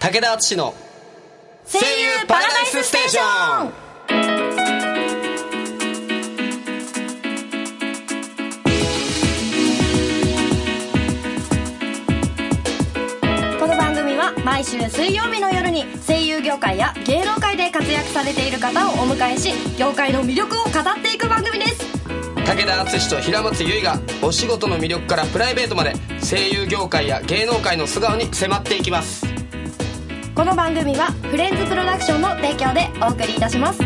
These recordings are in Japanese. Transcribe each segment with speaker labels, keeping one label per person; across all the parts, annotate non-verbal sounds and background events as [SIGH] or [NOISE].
Speaker 1: 武田敦の声優パラダイスステーション
Speaker 2: この番組は毎週水曜日の夜に声優業界や芸能界で活躍されている方をお迎えし業界の魅力を語っていく番組です
Speaker 1: 武田敦と平松優衣がお仕事の魅力からプライベートまで声優業界や芸能界の素顔に迫っていきます
Speaker 2: この番組はフレンズプロダクションの提供でお送りいたします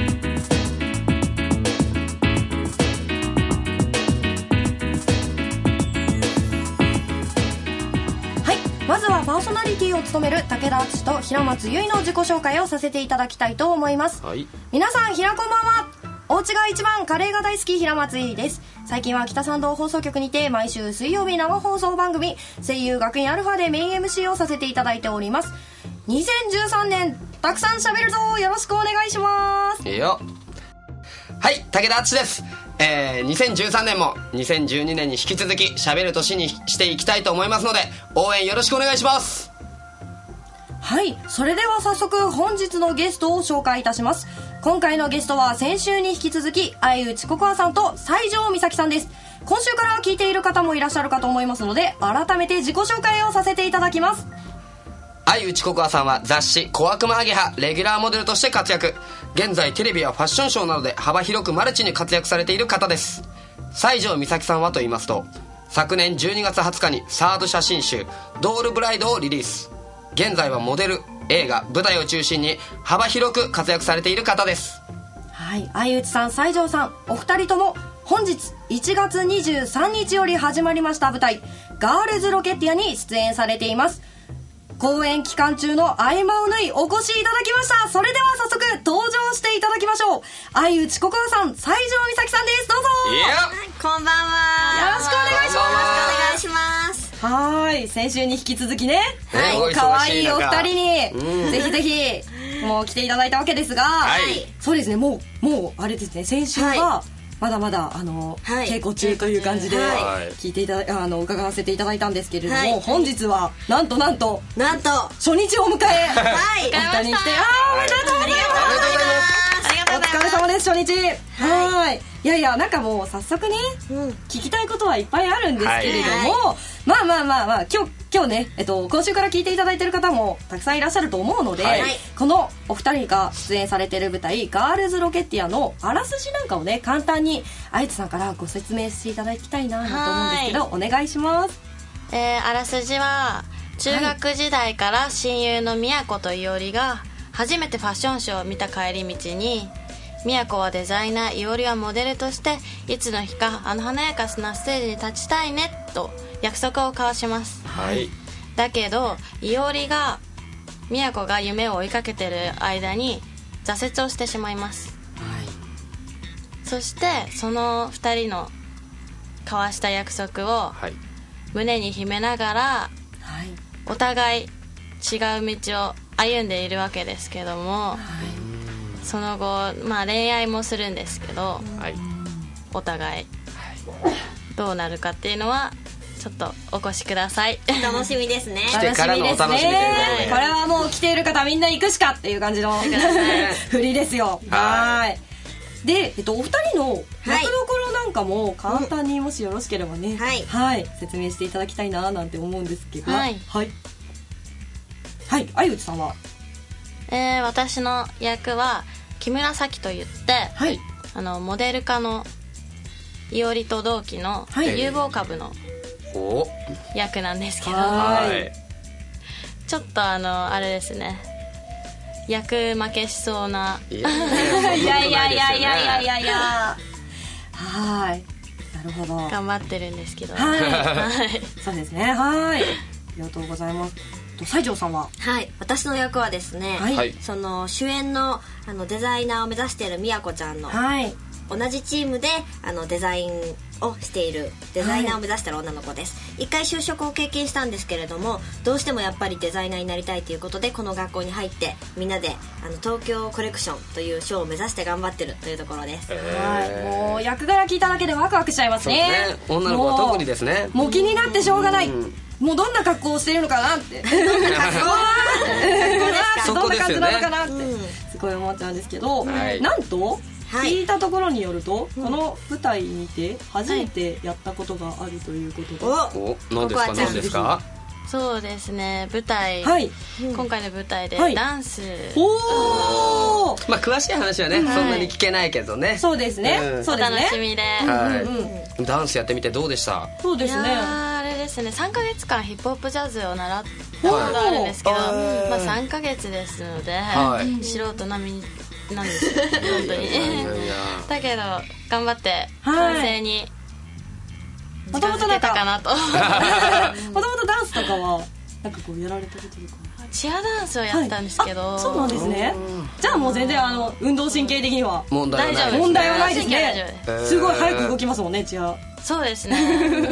Speaker 2: はいまずはパーソナリティを務める武田敦と平松結衣の自己紹介をさせていただきたいと思います
Speaker 1: はい
Speaker 2: 皆さんひらこんばんはお家が一番カレーが大好き平松井です最近は北参道放送局にて毎週水曜日生放送番組声優学院アルファでメイン MC をさせていただいております2013年たくさん喋るぞよろしくお願いします
Speaker 1: いいよはい武田敦ですえー、2013年も2012年に引き続き喋る年にしていきたいと思いますので応援よろしくお願いします
Speaker 2: はいそれでは早速本日のゲストを紹介いたします今回のゲストは先週に引き続き相内ココアさんと西条美咲さんです今週から聞いている方もいらっしゃるかと思いますので改めて自己紹介をさせていただきます
Speaker 1: 愛内ココアさんは雑誌「小悪魔アゲハ」レギュラーモデルとして活躍現在テレビやファッションショーなどで幅広くマルチに活躍されている方です西条美咲さんはと言いますと昨年12月20日にサード写真集「ドールブライド」をリリース現在はモデル映画舞台を中心に幅広く活躍されている方です
Speaker 2: はい相内さん西条さんお二人とも本日1月23日より始まりました舞台「ガールズロケティア」に出演されています公演期間中の合間を縫いお越しいただきましたそれでは早速登場していただきましょう相内ココアさん西条美咲さんですどうぞ
Speaker 3: こんばんは。。
Speaker 2: よろしくお願いします
Speaker 3: お願いします。
Speaker 2: はーい先週に引き続きね
Speaker 1: ね
Speaker 2: もう
Speaker 1: お忙しい中
Speaker 2: 可愛いお二人に、ぜひぜひもう来ていただいたわけですが、
Speaker 1: い
Speaker 2: そうですねもうもうあれですね先週は、
Speaker 3: は
Speaker 2: まだまだあの、
Speaker 3: はい
Speaker 2: 稽古中という感じで、
Speaker 3: はい
Speaker 2: 聞いていただあの伺わせていただいたんですけれども、
Speaker 3: はい
Speaker 2: 本日はなんとなんと
Speaker 3: なんと、は
Speaker 2: 初日を迎え、お二人
Speaker 3: い。
Speaker 2: に来てあーおめでとうございます
Speaker 3: ありがとうございます。ありが
Speaker 2: お
Speaker 3: とうござい
Speaker 2: 疲
Speaker 3: ま
Speaker 2: れ
Speaker 3: す。
Speaker 2: 様です初日はーいいやいやなんかもう早速ね、
Speaker 3: うん
Speaker 2: 聞きたいことはいっぱいあるんですけれども、まあまあまあまあ今日今日ね、えっと、今週から聞いていただいてる方もたくさんいらっしゃると思うので、
Speaker 1: はい
Speaker 2: このお二人が出演されてる舞台「ガールズロケティア」のあらすじなんかをね簡単にあいつさんからご説明していただきたいなと思うんですけどお願いします
Speaker 4: えーあらすじは中学時代から親友の宮子と伊織が初めてファッションショーを見た帰り道に宮子はデザイナー伊織はモデルとしていつの日かあの華やかなステージに立ちたいねと約束を交わします
Speaker 1: はい
Speaker 4: だけど伊織が宮子が夢を追いかけてる間に挫折をしてしまいますそしてその2人の交わした約束を
Speaker 1: はい
Speaker 4: 胸に秘めながら
Speaker 2: はい
Speaker 4: お互い違う道を歩んでいるわけですけども、その後、まあ、恋愛もするんですけど
Speaker 1: はい
Speaker 4: お互いどうなるかっていうのはちょっとお越しください
Speaker 3: 楽しみですね。
Speaker 1: 来てからのお楽しみと
Speaker 2: 楽
Speaker 1: いうことで
Speaker 2: しみですねこれはもう来ている方みんな行くしかっていう感じの振りですよ
Speaker 1: は
Speaker 2: はーいで、えっと、お二人の役どころなんかも簡単にもしよろしければね、
Speaker 3: はい
Speaker 2: 説明していただきたいななんて思うんですけど
Speaker 4: はい
Speaker 2: はい、はい、相内さんは
Speaker 4: [LAUGHS] えー私の役は木村咲と言って
Speaker 2: はい
Speaker 4: あのモデル科のいおりと同期の
Speaker 2: はい
Speaker 4: 有望株の
Speaker 1: お
Speaker 4: 役なんですけど、
Speaker 2: はーい
Speaker 1: はい
Speaker 4: ちょっとあのあれですね役負けしそうない
Speaker 1: や
Speaker 2: いやいやいやいやいやい
Speaker 1: や
Speaker 2: やいやはーいなるほどは
Speaker 4: 頑張ってるんですけど
Speaker 2: い
Speaker 4: はい
Speaker 2: そうですねはーいありがとうございますと西条さんは
Speaker 3: はい。私の役はですね、
Speaker 2: はい
Speaker 1: はい
Speaker 3: その主演のあのデザイナーを目指しているみやこちゃんの
Speaker 2: はい
Speaker 3: 同じチームであのデザインをしているデザイナーを目指してる女の子です、一回就職を経験したんですけれどもどうしてもやっぱりデザイナーになりたいということでこの学校に入ってみんなであの東京コレクションという賞を目指して頑張ってるというところです
Speaker 2: はい、もう役柄聞いただけでワクワクしちゃいます
Speaker 1: そう
Speaker 2: ね
Speaker 1: ですね女の子は特にですね
Speaker 2: もうもう気になってしょうがない、
Speaker 1: うん
Speaker 2: もうどんな格好をしているのかなってどんな格好
Speaker 1: [LAUGHS]
Speaker 2: どんな感
Speaker 1: そこですよね
Speaker 2: じなのかなって
Speaker 3: うん
Speaker 2: すごい思っちゃうんですけど、
Speaker 1: はい
Speaker 2: なんと
Speaker 3: はい
Speaker 2: 聞いたところによると、この舞台にて初めてやったことがあるということで、
Speaker 3: お
Speaker 1: お何ですか
Speaker 3: ここはちゃん
Speaker 1: 何ですか
Speaker 4: そうですね舞台、
Speaker 2: はい
Speaker 4: 今回の舞台で
Speaker 2: はい
Speaker 4: ダンス、
Speaker 2: おお
Speaker 1: まあ詳しい話はね、
Speaker 4: はい
Speaker 1: そんなに聞けないけどね
Speaker 2: そうですね、
Speaker 1: うん
Speaker 2: そう
Speaker 4: お
Speaker 2: です
Speaker 4: 楽
Speaker 2: ね
Speaker 4: しみで、
Speaker 1: はい、
Speaker 2: うんうん
Speaker 1: ダンスやってみてどうでした
Speaker 2: そうで
Speaker 4: いや
Speaker 2: すね
Speaker 4: ーあれですね3ヶ月間ヒップホップジャズを習ったことがあるんですけど、
Speaker 1: はい
Speaker 4: まあ、3ヶ月ですので、
Speaker 1: はい
Speaker 4: 素人並みなんですよ本当に
Speaker 1: いやいやいや
Speaker 4: だけど頑張って
Speaker 2: はい
Speaker 4: 完成に
Speaker 2: も
Speaker 4: 近
Speaker 2: ともとな
Speaker 4: づけ
Speaker 2: ん
Speaker 4: たか
Speaker 2: か
Speaker 4: なと
Speaker 2: [LAUGHS] もともとダンスとかはなんかこうやられたこととか
Speaker 4: チアダンスをやったんですけど、
Speaker 2: はいあそうなんですねじゃあもう全然あの運動神経的には
Speaker 1: 問題はないです、ね、
Speaker 2: 問題はないです
Speaker 4: 大丈夫
Speaker 2: ね
Speaker 1: ですへー
Speaker 2: すごい早く動きますもんねチア
Speaker 4: そうですね
Speaker 2: [LAUGHS]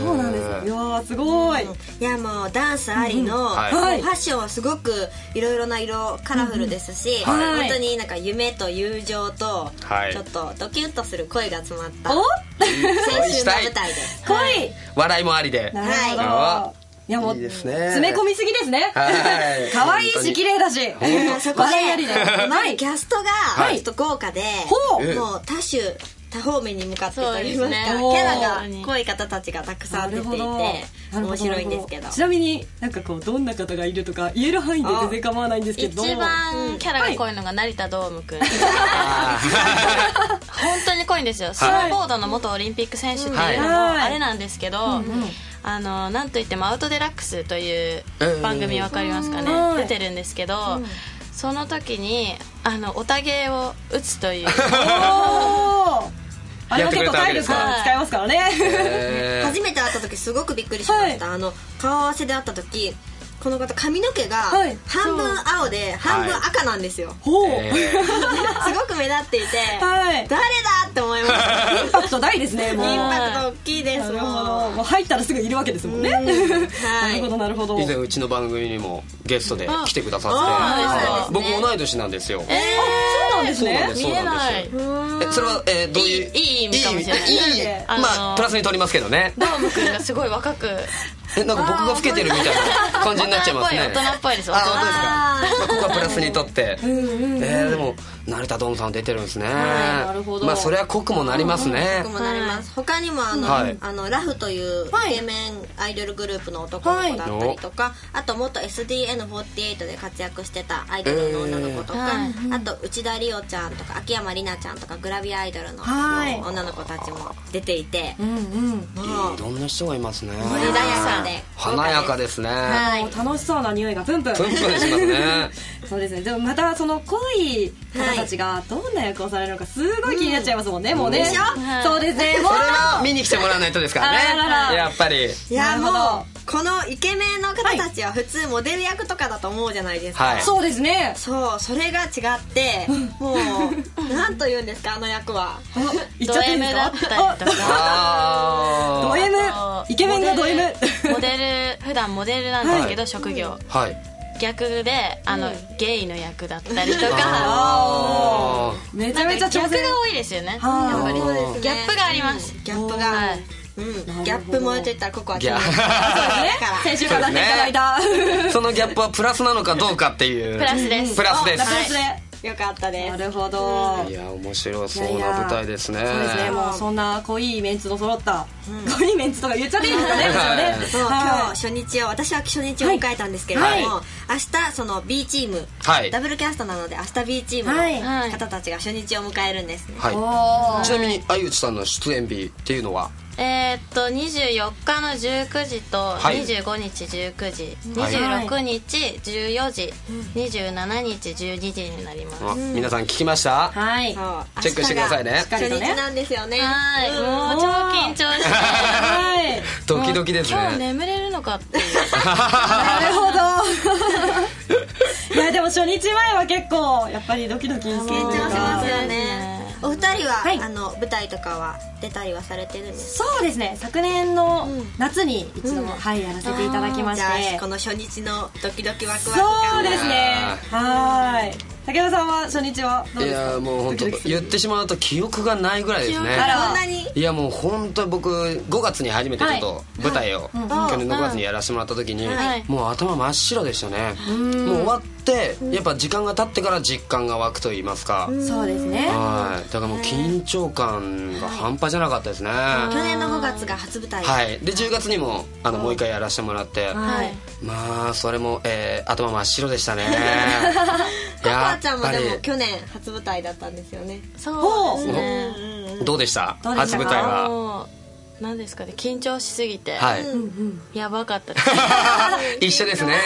Speaker 2: そうなんですよいやーすごい
Speaker 3: いやもうダンスありの、
Speaker 1: はい
Speaker 2: はい
Speaker 3: ファッションはすごくいろいろな色カラフルですし、
Speaker 2: うんうんはい
Speaker 3: 本当になんか夢と友情と、
Speaker 1: はい
Speaker 3: ちょっとドキュンとする恋が詰まった
Speaker 2: おっ
Speaker 3: 青春の舞台です
Speaker 2: 来い
Speaker 1: 笑いもありで
Speaker 2: な
Speaker 3: はい
Speaker 2: るほ
Speaker 1: あ
Speaker 2: どいやもう
Speaker 1: いいですね
Speaker 2: 詰め込みすぎですね
Speaker 1: はい
Speaker 2: [LAUGHS] 可愛い
Speaker 1: 本当
Speaker 2: し
Speaker 1: に
Speaker 2: 綺麗だし
Speaker 3: そこ
Speaker 2: 笑いあり
Speaker 3: で
Speaker 2: で
Speaker 3: ま
Speaker 2: は
Speaker 3: [LAUGHS] ず
Speaker 2: い
Speaker 3: キャストが
Speaker 1: は
Speaker 3: ち
Speaker 1: い
Speaker 3: ょっと豪華で、
Speaker 2: ほ
Speaker 1: う
Speaker 3: もう多種多方面に向かってと言いま
Speaker 4: そう
Speaker 3: すか
Speaker 4: ですね
Speaker 3: キャラが濃い方たちがたくさん出ていて
Speaker 2: なるほ
Speaker 3: 面白いんですけど
Speaker 2: なるほちなみになんかこうどんな方がいるとか言える範囲で全然構わないんですけど
Speaker 4: 一番キャラが濃いのが成田ドームくん、本当に濃いんですよスノーボードの元オリンピック選手っていうのも
Speaker 2: はい
Speaker 4: あれなんですけど、あのなんといっても「アウトデラックス」という番組わかりますかね、
Speaker 2: はい
Speaker 4: 出てるんですけど、その時にあのオタ芸を打つ
Speaker 2: [LAUGHS]
Speaker 4: という
Speaker 2: おーあれは結構体力
Speaker 1: や
Speaker 4: ってくれたわけですか
Speaker 2: 使いますからね
Speaker 1: え
Speaker 3: 初めて会った時すごくびっくりしました、あの顔合わせで会った時この方髪の毛が
Speaker 2: はい
Speaker 3: 半分青で半分赤なんですよ、
Speaker 2: ほう
Speaker 1: ー
Speaker 2: イン
Speaker 1: えー
Speaker 3: すごく目立っていて、
Speaker 2: はい
Speaker 3: 誰だって思いました
Speaker 2: [LAUGHS] パクト大ですねもう
Speaker 3: イン
Speaker 2: な
Speaker 3: パクト大きいですも
Speaker 2: る
Speaker 3: ん
Speaker 2: ほどもう入ったらすぐいるわけですもんねな
Speaker 3: はい
Speaker 2: るほどなるほど
Speaker 1: 以前うちの番組にもゲストで来てくださって
Speaker 4: あ
Speaker 1: はい僕同い年なんですよ
Speaker 4: え
Speaker 2: そうなんです
Speaker 1: そうな
Speaker 2: ね
Speaker 1: んです
Speaker 4: ー
Speaker 1: そ
Speaker 4: 見
Speaker 1: うな
Speaker 4: え
Speaker 1: ん
Speaker 4: な
Speaker 1: で
Speaker 4: い
Speaker 1: すよえそれはえーどういう
Speaker 4: いいいい意味かもしれない
Speaker 1: い意
Speaker 2: いい意
Speaker 1: 味
Speaker 2: 味
Speaker 1: ま
Speaker 4: あ
Speaker 1: あ
Speaker 4: の
Speaker 1: プラスに取りますけどね
Speaker 4: ドームくんがすごい若く
Speaker 1: えなんか僕が老けてるみたいな感じになっちゃいますね
Speaker 4: 大人っぽい大人っぽいです
Speaker 1: あ本当ですかまあここはプラスにとってえーでも成田ドンさん出てるんですね
Speaker 2: はいなるほど
Speaker 1: まあそれは濃くもなりますね
Speaker 3: 僕もなります他にもあの、
Speaker 1: はい
Speaker 3: あのラフというイケメンアイドルグループの男の子だったりとか、あと元 SDN48 で活躍してたアイドルの女の子とか、
Speaker 4: え
Speaker 3: あと内田理央ちゃんとか秋山里奈ちゃんとかグラビアアイドルの
Speaker 2: はい
Speaker 3: 女の子たちも出ていて、
Speaker 2: うんうん
Speaker 3: もう
Speaker 1: いろんな人がいますね
Speaker 3: 華やかで
Speaker 1: 華やかですね
Speaker 3: はい
Speaker 2: もう楽しそうな匂いがプンプン
Speaker 1: プンプンしますね
Speaker 2: [LAUGHS] そうですねでもまたその濃い方たちがどんな役をされるのかすごい気になっちゃいますもんねもうね
Speaker 3: でしょ
Speaker 2: はいそうですねも
Speaker 1: それは
Speaker 2: う
Speaker 1: 見に来てもらわないとですから
Speaker 2: あららら
Speaker 1: ねやっぱり
Speaker 3: いや
Speaker 2: なるほ
Speaker 3: もうこのイケメンの方たちは普通モデル役とかだと思うじゃないですか、
Speaker 1: はい
Speaker 2: そうですね
Speaker 3: そうそれが違
Speaker 1: [LAUGHS]
Speaker 3: ってもう何と言うんですかあの役は
Speaker 2: あ言っち
Speaker 4: ド
Speaker 2: ゃってい
Speaker 4: M
Speaker 2: いです
Speaker 4: だ
Speaker 2: か
Speaker 4: ったりとか
Speaker 1: あ
Speaker 2: [LAUGHS]
Speaker 1: ー
Speaker 2: ド M
Speaker 4: あと
Speaker 2: イケメンがド M
Speaker 4: モデルモデル普段モデルなんですけど、職業
Speaker 1: はい
Speaker 4: 逆であの、ゲイの役だったりとか
Speaker 1: あ
Speaker 2: [LAUGHS]
Speaker 1: ー
Speaker 2: めち
Speaker 4: な
Speaker 2: ゃ
Speaker 4: んか
Speaker 2: めちゃ挑
Speaker 4: 逆が
Speaker 2: 戦
Speaker 4: 多いですよね
Speaker 2: はい
Speaker 4: やっぱり
Speaker 1: そうです
Speaker 3: ね
Speaker 4: ギャップがあります、
Speaker 3: ギャップ
Speaker 4: は
Speaker 3: が
Speaker 4: い、
Speaker 3: うん、ギャップ萌えといったらここは
Speaker 1: ギャ
Speaker 3: 君
Speaker 2: そうね
Speaker 3: から
Speaker 2: [LAUGHS] 先週からねいただいた [LAUGHS]
Speaker 1: そのギャップはプラスなのかどうかっていう
Speaker 4: プラスです
Speaker 1: プラスで
Speaker 2: ラプラ
Speaker 1: す
Speaker 2: スで
Speaker 3: よかったで
Speaker 2: な
Speaker 3: す
Speaker 2: るほど
Speaker 1: いや面白そうな舞台ですね
Speaker 2: そうですねもうそんな濃いメンツの揃った濃いメンツとか言っちゃっていいんですかね
Speaker 1: うん
Speaker 2: です
Speaker 3: そう
Speaker 2: よね
Speaker 3: 今日
Speaker 2: は
Speaker 3: 初日を私は初日を迎えたんですけれども、
Speaker 2: はい
Speaker 3: 明日その B チーム、
Speaker 1: はい
Speaker 3: ダブルキャストなので明日 B チーム
Speaker 4: はい
Speaker 3: の方たちが初日を迎えるんですね、
Speaker 2: い
Speaker 1: は
Speaker 2: お
Speaker 1: い
Speaker 2: ー
Speaker 1: ちなみに相内さんの出演日っていうのは
Speaker 4: えーっと24日の19時と
Speaker 1: はい
Speaker 4: 25日19時、
Speaker 1: はい
Speaker 4: 26日14時、27日12時になります
Speaker 1: あ皆さん聞きました
Speaker 2: はい
Speaker 3: そう
Speaker 1: チェックしてくださいね
Speaker 3: 明日が初日なんですよね
Speaker 4: はい
Speaker 3: うん
Speaker 4: もう超緊張して
Speaker 2: はい
Speaker 1: ドキド [LAUGHS] キです
Speaker 4: もう今日
Speaker 1: ね
Speaker 4: 眠れるのかっていう
Speaker 2: なるほどいやでも初日前は結構やっぱりドキドキ緊
Speaker 3: 緊張しますよね
Speaker 4: ね
Speaker 3: お二人は、
Speaker 2: はい
Speaker 3: あの舞台とかは出たりはされてるんです
Speaker 2: そうですね昨年の
Speaker 3: うん
Speaker 2: 夏に一度、はいやらせていただき
Speaker 3: か
Speaker 2: ま
Speaker 3: じ
Speaker 2: し
Speaker 3: ゃあ
Speaker 2: て
Speaker 3: この初日のドキドキワクワ
Speaker 2: そ
Speaker 3: ク
Speaker 2: う
Speaker 3: 感
Speaker 2: ですねはーい武田さんは初日はどう
Speaker 1: い
Speaker 2: ですか
Speaker 1: やもう本当
Speaker 2: ドキドキする
Speaker 1: 言ってしまうと記憶がないぐらいですね
Speaker 4: 記憶
Speaker 2: あら
Speaker 3: そんなに
Speaker 1: いやもう本当に僕5月に初めてちょっと舞台を、去年の5月にやらせてもらった時に、
Speaker 4: はい
Speaker 1: もう頭真っ白でしたね、もう終わってやっぱ時間が経ってから実感が湧くと言いますか、
Speaker 2: そうですね
Speaker 1: はいだからもう緊張感が半端じゃなかったですね、
Speaker 3: 去年の5月が初舞台
Speaker 1: はいで10月にもあのもう一回やらせてもらって、
Speaker 3: はい
Speaker 1: まあそれも、えー頭真っ白でしたね
Speaker 3: [LAUGHS] コバちゃんもで
Speaker 1: や
Speaker 3: も
Speaker 1: っぱ
Speaker 3: 去年初舞台だったんですよね
Speaker 4: そうですね
Speaker 1: りどうでした
Speaker 2: どうでしたか
Speaker 1: 初舞台は
Speaker 4: もう何ですかね緊張しすぎて、
Speaker 1: はい、
Speaker 4: やばかったです
Speaker 1: 一緒ですね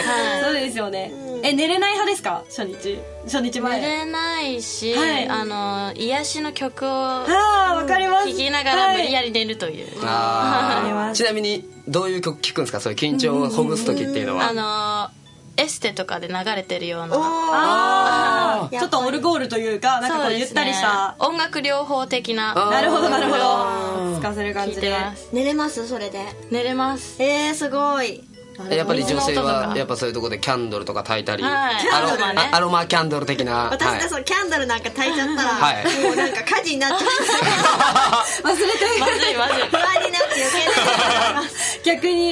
Speaker 2: そうですよねえ寝れない派ですか初日初日
Speaker 4: 寝
Speaker 2: 前
Speaker 4: れないし、
Speaker 2: はい
Speaker 4: あの癒しの曲を
Speaker 2: ああわかります
Speaker 4: 聴きながら無理や
Speaker 2: り
Speaker 4: り寝るという、
Speaker 2: わかり
Speaker 1: あ
Speaker 2: ま
Speaker 1: ー
Speaker 2: す
Speaker 1: ちなみにどういう曲聴くんですかそういう緊張をほぐす時っていうのは
Speaker 4: あのエステとかで流れてるような
Speaker 2: ああ
Speaker 3: ー
Speaker 2: ちょっとオルゴールというかなんかこ
Speaker 4: そう
Speaker 2: う
Speaker 4: ですね
Speaker 2: ゆったりした
Speaker 4: 音楽療法的
Speaker 1: あー
Speaker 4: な
Speaker 2: なるほどなるほどつかせる感
Speaker 4: 聞い
Speaker 2: じ
Speaker 4: て
Speaker 2: で
Speaker 4: ます
Speaker 3: 寝れますそれで
Speaker 4: 寝れます
Speaker 3: えー、すごい
Speaker 1: やっぱり女性
Speaker 4: 水の音と
Speaker 1: は
Speaker 4: か
Speaker 1: やっぱそういうとこでキャンドルとか焚いたり、
Speaker 4: はい
Speaker 1: アロ
Speaker 4: キャンドルね
Speaker 1: あアロマキャンドル的な
Speaker 3: 私がそのキャンドルなんか焚いちゃったら、
Speaker 1: はい
Speaker 3: もうなんか火事になっちゃ
Speaker 2: 忘れて
Speaker 4: まずいまずい
Speaker 3: う不安になって余計なことが
Speaker 2: 逆に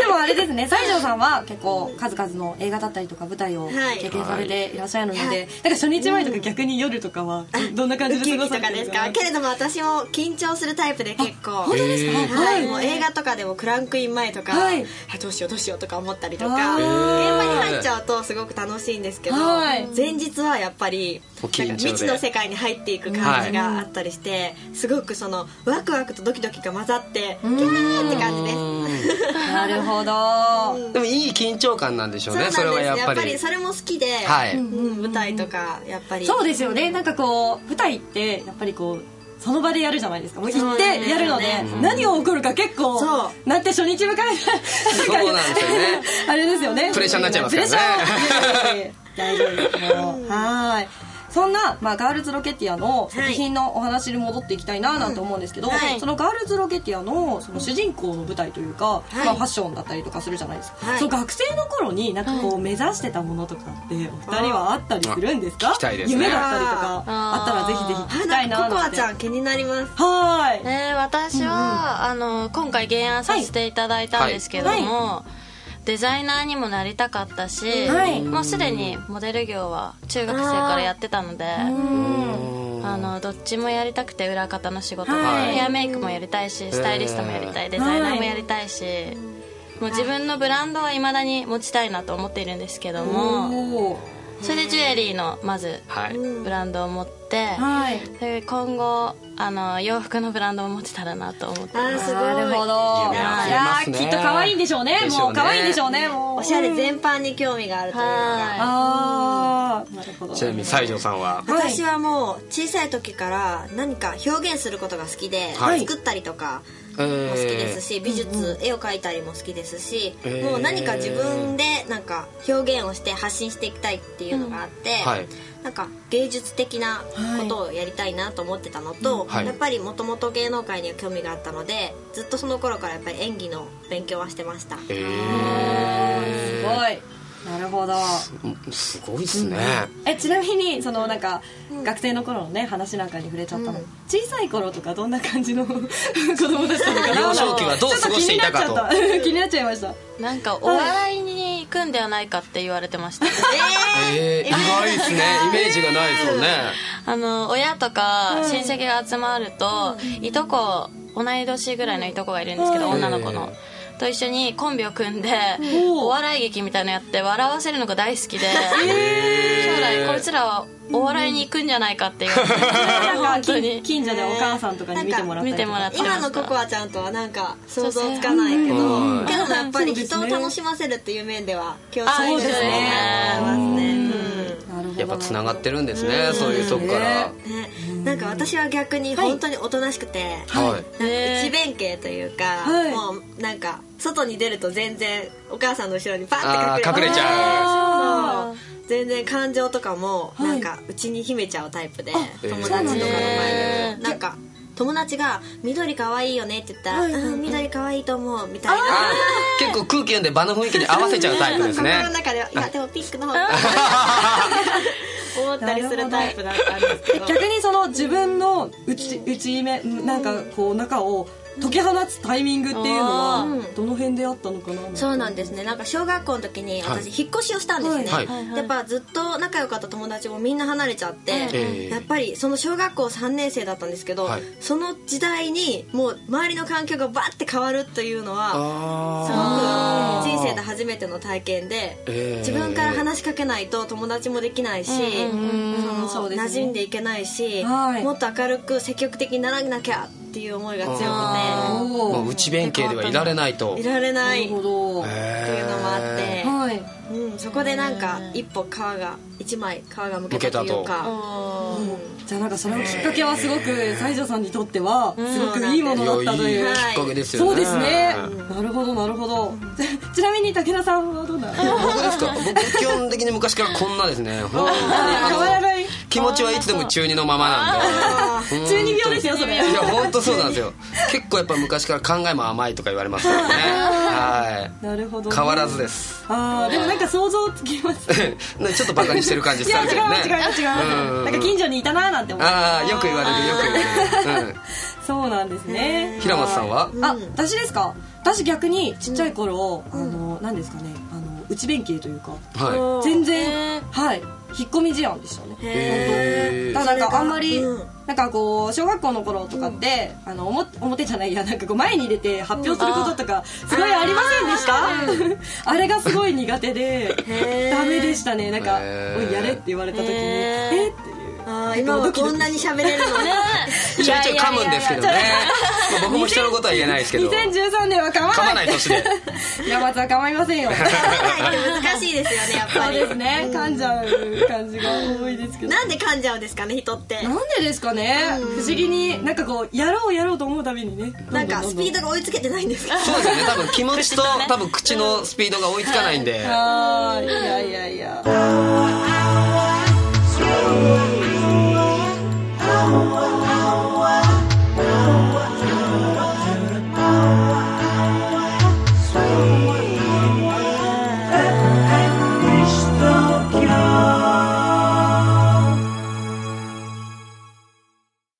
Speaker 2: でもあれですね西条さんは結構数々の映画だったりとか舞台を
Speaker 3: はい
Speaker 2: 経験されていらっしゃるので、
Speaker 3: はい
Speaker 2: なんか初日前とか逆に夜とかはどん [LAUGHS] な感じ
Speaker 3: ウキ
Speaker 2: で
Speaker 3: ウ
Speaker 2: 過ご
Speaker 3: キ
Speaker 2: さ
Speaker 3: と
Speaker 2: れてるん
Speaker 3: かです
Speaker 2: ですか
Speaker 3: かけれども私も緊張するタイプで結構本当
Speaker 1: ですかへー
Speaker 3: はい、もう映画とかでもクランクイン前とか、
Speaker 2: はい
Speaker 3: あどうしようどうしようとか思ったりと
Speaker 2: あ
Speaker 3: か現
Speaker 1: ー
Speaker 3: 場に入っちゃうとすごく楽しいんですけど、
Speaker 2: はい
Speaker 3: 前日はやっぱり
Speaker 1: もう緊張で
Speaker 3: なんか未知の世界に入っていく感じがあったりして、すごくそのワクワクとドキドキが混ざってキャーって感じです。
Speaker 2: なるほど
Speaker 1: うんでもいい緊張感なんでしょう
Speaker 3: そうなん
Speaker 1: ね
Speaker 3: です
Speaker 1: それはやっ
Speaker 3: や
Speaker 1: ぱ
Speaker 3: っぱり
Speaker 1: り
Speaker 3: それも好きで、
Speaker 1: はい
Speaker 3: うん、舞台とかやっぱり
Speaker 2: そうですよねなんかこう舞台ってやっぱりこうその場でやるじゃないですかもう行っ
Speaker 3: そうです
Speaker 2: て
Speaker 3: ね
Speaker 2: やるので何を起こるか結構
Speaker 3: そ
Speaker 2: なんて初日迎えた
Speaker 1: そうなんですよね
Speaker 2: [LAUGHS] あれですよね
Speaker 1: プレッシャーになっちゃいますからね
Speaker 2: ね大丈夫ですもうはいそんな、まあ、ガールズロケティアの作品のお話に戻っていきたいななんて思うんですけど、
Speaker 3: はい
Speaker 2: そのガールズロケティアのその主人公の舞台というか、
Speaker 3: はい
Speaker 2: まあ、ファッションだったりとかするじゃないですか、
Speaker 3: はい
Speaker 2: その学生の頃になんかこう目指してたものとかってお二人はあったりするんですか
Speaker 1: 聞きたいですね
Speaker 2: 夢だったりとかあったらぜひぜひ聞
Speaker 3: あ
Speaker 2: きた
Speaker 3: ないん
Speaker 2: な
Speaker 3: かココ
Speaker 2: な
Speaker 3: ア
Speaker 2: んて
Speaker 3: ちゃん気になります
Speaker 2: はーい
Speaker 4: えー私は、あの今回原案させていただいたんですけども、
Speaker 2: はい
Speaker 4: デザイナーにもなりたかったし、
Speaker 2: はい
Speaker 4: もうすでにモデル業は中学生からやってたのであのどっちもやりたくて裏方の仕事も、
Speaker 2: はい
Speaker 4: ヘアメイクもやりたいしスタイリストもやりたいデザイナーもやりたいし、もう自分のブランドはいまだに持ちたいなと思っているんですけども
Speaker 2: おー
Speaker 4: それでジュエリーのまず
Speaker 1: はい
Speaker 4: ブランドを持って。
Speaker 2: はい
Speaker 4: で今後あの洋服のブランドを持てたらなと思って
Speaker 3: あーすごい
Speaker 2: なるほど
Speaker 1: 夢が
Speaker 2: い
Speaker 1: 増え
Speaker 2: や
Speaker 1: ます
Speaker 2: ー
Speaker 1: ね
Speaker 2: きっと可愛いんでしょうね
Speaker 1: でし
Speaker 2: も
Speaker 1: ょうね
Speaker 2: う可愛いんでしょうねもう
Speaker 3: おしゃれ全般に興味があるという
Speaker 4: はい
Speaker 3: か
Speaker 2: ああなるほど
Speaker 1: ちなみに西条さん
Speaker 2: は
Speaker 1: は
Speaker 2: い
Speaker 3: 私はもう小さい時から何か表現することが好きで、
Speaker 1: はい
Speaker 3: 作ったりとか
Speaker 1: え
Speaker 3: も好きです
Speaker 1: ー
Speaker 3: し美術絵を描いたりも好きですし、
Speaker 1: えー
Speaker 3: もう何か自分でなんか表現をして発信していきたいっていうのがあって、
Speaker 1: はい
Speaker 3: なんか芸術的なことをやりたいなと思ってたのと、
Speaker 1: はい
Speaker 3: やっぱりもともと芸能界には興味があったのでずっとその頃からやっぱり演技の勉強はしてました。
Speaker 2: す
Speaker 1: え
Speaker 2: ごいなるほど
Speaker 1: ーすごいっすね
Speaker 2: えちなみにそのなんか、学生の頃のね話なんかに触れちゃったの、
Speaker 3: うん
Speaker 2: 小さい頃とかどんな感じの [LAUGHS] 子供だったのかな
Speaker 1: 幼少期はどう過ごしていたかと
Speaker 2: ちょっ気になっちゃった [LAUGHS] 気になっちゃいました
Speaker 4: なんかお笑いに行くんではないかって言われてま
Speaker 2: [LAUGHS]
Speaker 4: した、
Speaker 1: えー意外ですねイメージがないですもんね
Speaker 4: あの親とか親戚が集まると、いとこ同い年ぐらいのいとこがいるんですけど、
Speaker 2: はい
Speaker 4: 女の子の、と一緒にコンビを組んで、お笑い劇みたいなのやって笑わせるのが大好きで、将来こいつらはお笑いに行くんじゃないかって言われ
Speaker 2: [LAUGHS]
Speaker 4: て、
Speaker 2: な
Speaker 4: 本
Speaker 2: んか
Speaker 4: 当に
Speaker 2: 近近所でお母さんとかに見てもらったりとか
Speaker 4: 見てもらって
Speaker 3: 今のココアちゃんとはなんか想像つかないけど、
Speaker 1: うん
Speaker 3: けどもやっぱり
Speaker 2: そうです
Speaker 3: 人
Speaker 2: ね
Speaker 3: を楽しませるっていう面では共
Speaker 4: あ
Speaker 3: 通
Speaker 4: そうですね
Speaker 3: ますね。
Speaker 2: なるほど
Speaker 1: やっぱつながってるんですねそういうとこから
Speaker 3: うんねなんか私は逆に本当におとなしくて、
Speaker 1: はい
Speaker 3: なんか
Speaker 4: へー
Speaker 3: 内弁慶というか、
Speaker 2: はい
Speaker 3: もうなんか外に出ると全然お母さんの後ろにパッて
Speaker 1: あー
Speaker 3: 隠
Speaker 1: 隠
Speaker 3: れ
Speaker 1: れちゃう
Speaker 2: あ
Speaker 3: そう全然感情とかも
Speaker 2: い
Speaker 3: なんかうちに秘めちゃうタイプで、
Speaker 1: えー
Speaker 3: 友達とかの前
Speaker 4: へ
Speaker 3: でなんか友達が「緑可愛いよね」って言ったら「
Speaker 2: はいはいはい
Speaker 3: うん緑可愛いと思う」みたいな
Speaker 1: あー結構空気読んで場の雰囲気に合わせちゃうタイプですね
Speaker 3: 心の中では「いやでもピンクの方が」思ったりするタイプだったんですけど
Speaker 2: 逆にその自分の内内目なんかこう中を解き放つタイミングっていうの
Speaker 3: う
Speaker 2: は
Speaker 3: ん
Speaker 2: どの辺であったのかな
Speaker 3: そうなんですねなんか小学校の時に
Speaker 1: はい
Speaker 3: 私引っ越しをしたんですね、
Speaker 1: はいはい
Speaker 3: やっぱずっと仲良かった友達もみんな離れちゃって、
Speaker 1: ええ
Speaker 3: やっぱりその小学校3年生だったんですけど、
Speaker 1: はい
Speaker 3: その時代にもう周りの環境がバッて変わるというのはすごく
Speaker 1: あー
Speaker 3: 人生で初めての体験で、
Speaker 1: ええ
Speaker 3: 自分から話しかけないと友達もできないし、
Speaker 2: うん
Speaker 3: そ
Speaker 2: そ
Speaker 3: の
Speaker 2: うですね
Speaker 3: 馴染んでいけないし、
Speaker 2: はい
Speaker 3: もっと明るく積極的にならなきゃっていう思いが強くて
Speaker 1: あ
Speaker 2: お
Speaker 1: も
Speaker 2: お
Speaker 1: う内弁慶ではいられないと
Speaker 3: いられな
Speaker 2: ないる
Speaker 3: ってい
Speaker 2: ほ
Speaker 3: う
Speaker 2: ど
Speaker 3: のもあって。
Speaker 1: え
Speaker 2: はい
Speaker 3: うん、そこでなんか一歩皮が一枚皮がむけたというか
Speaker 4: おー
Speaker 2: じゃあなんかそれのきっかけはすごく西条さんにとってはすごくいいも
Speaker 1: え
Speaker 2: のだったと
Speaker 1: い
Speaker 2: いう
Speaker 1: やいいき
Speaker 3: は
Speaker 1: っ
Speaker 3: い
Speaker 1: かけですよね
Speaker 2: そうですねなるほどなるほど [LAUGHS] ちなみに武田さんはどうなの
Speaker 1: 僕ですか僕基本的に昔からこんなですね本当にあ
Speaker 2: 変
Speaker 1: の
Speaker 2: わらない
Speaker 1: 気持ちはいつでも中二のままなんで
Speaker 2: 中二病ですよそれ
Speaker 1: いや本当そうなんですよ結構やっぱ昔から考えも甘いとか言われますからねは
Speaker 2: [LAUGHS] なるほど
Speaker 1: い
Speaker 2: ね
Speaker 1: 変わらずです [LAUGHS]
Speaker 2: ああでもなんか想像つきます
Speaker 1: ねちょっとバカにしてる感じ
Speaker 2: い
Speaker 1: して
Speaker 2: や
Speaker 1: あ
Speaker 2: 違
Speaker 1: る
Speaker 2: う
Speaker 1: けどね
Speaker 2: 違う違うなんか近所にいたなーなんて思う
Speaker 1: ああよく言われるよく言われる、
Speaker 2: そうなんですね
Speaker 1: うん、平松さんは
Speaker 2: あ私ですか私逆にちっちゃい頃、あの何ですかねあの内弁慶というか
Speaker 1: は
Speaker 2: 全然はい引っ込み思案でしたね
Speaker 1: い
Speaker 2: だ
Speaker 1: へえ
Speaker 2: からなんかあんまり、
Speaker 3: うん
Speaker 2: なんかこう小学校の頃とかって、あの表表じゃないやなんかこう前に出て発表することとかすごいありませんでしたあれがすごい苦手で
Speaker 3: へー
Speaker 2: ダメでしたねなんか「
Speaker 1: へ
Speaker 2: お
Speaker 1: ー
Speaker 2: いやれ」って言われた時に「
Speaker 4: へー
Speaker 2: えっ?」ていう
Speaker 3: あー今はこんなに喋れるのね
Speaker 1: ちょいちょい噛むんですけどね
Speaker 2: いやいやいやいや
Speaker 1: まあ僕も人のことは言えないですけど噛
Speaker 2: 2013年は構わな
Speaker 1: ま
Speaker 2: い
Speaker 1: ない年で
Speaker 2: 平松は [LAUGHS] 構いません
Speaker 1: [LAUGHS]
Speaker 2: よ
Speaker 3: 難しいですよねやっ
Speaker 2: そ
Speaker 3: ぱ
Speaker 2: う
Speaker 3: り
Speaker 2: ですね噛んじゃう感じが多いですけど
Speaker 3: なんで噛んじゃうんですかね人って
Speaker 2: なんでですかね不思議になんかこうやろうやろうと思うたびにね
Speaker 3: なんかスピー
Speaker 2: ド
Speaker 3: ドが追いつけてないんですか
Speaker 1: そうですよね多分気持ちと多分口のスピードが追いつかないんで
Speaker 2: あーいやいや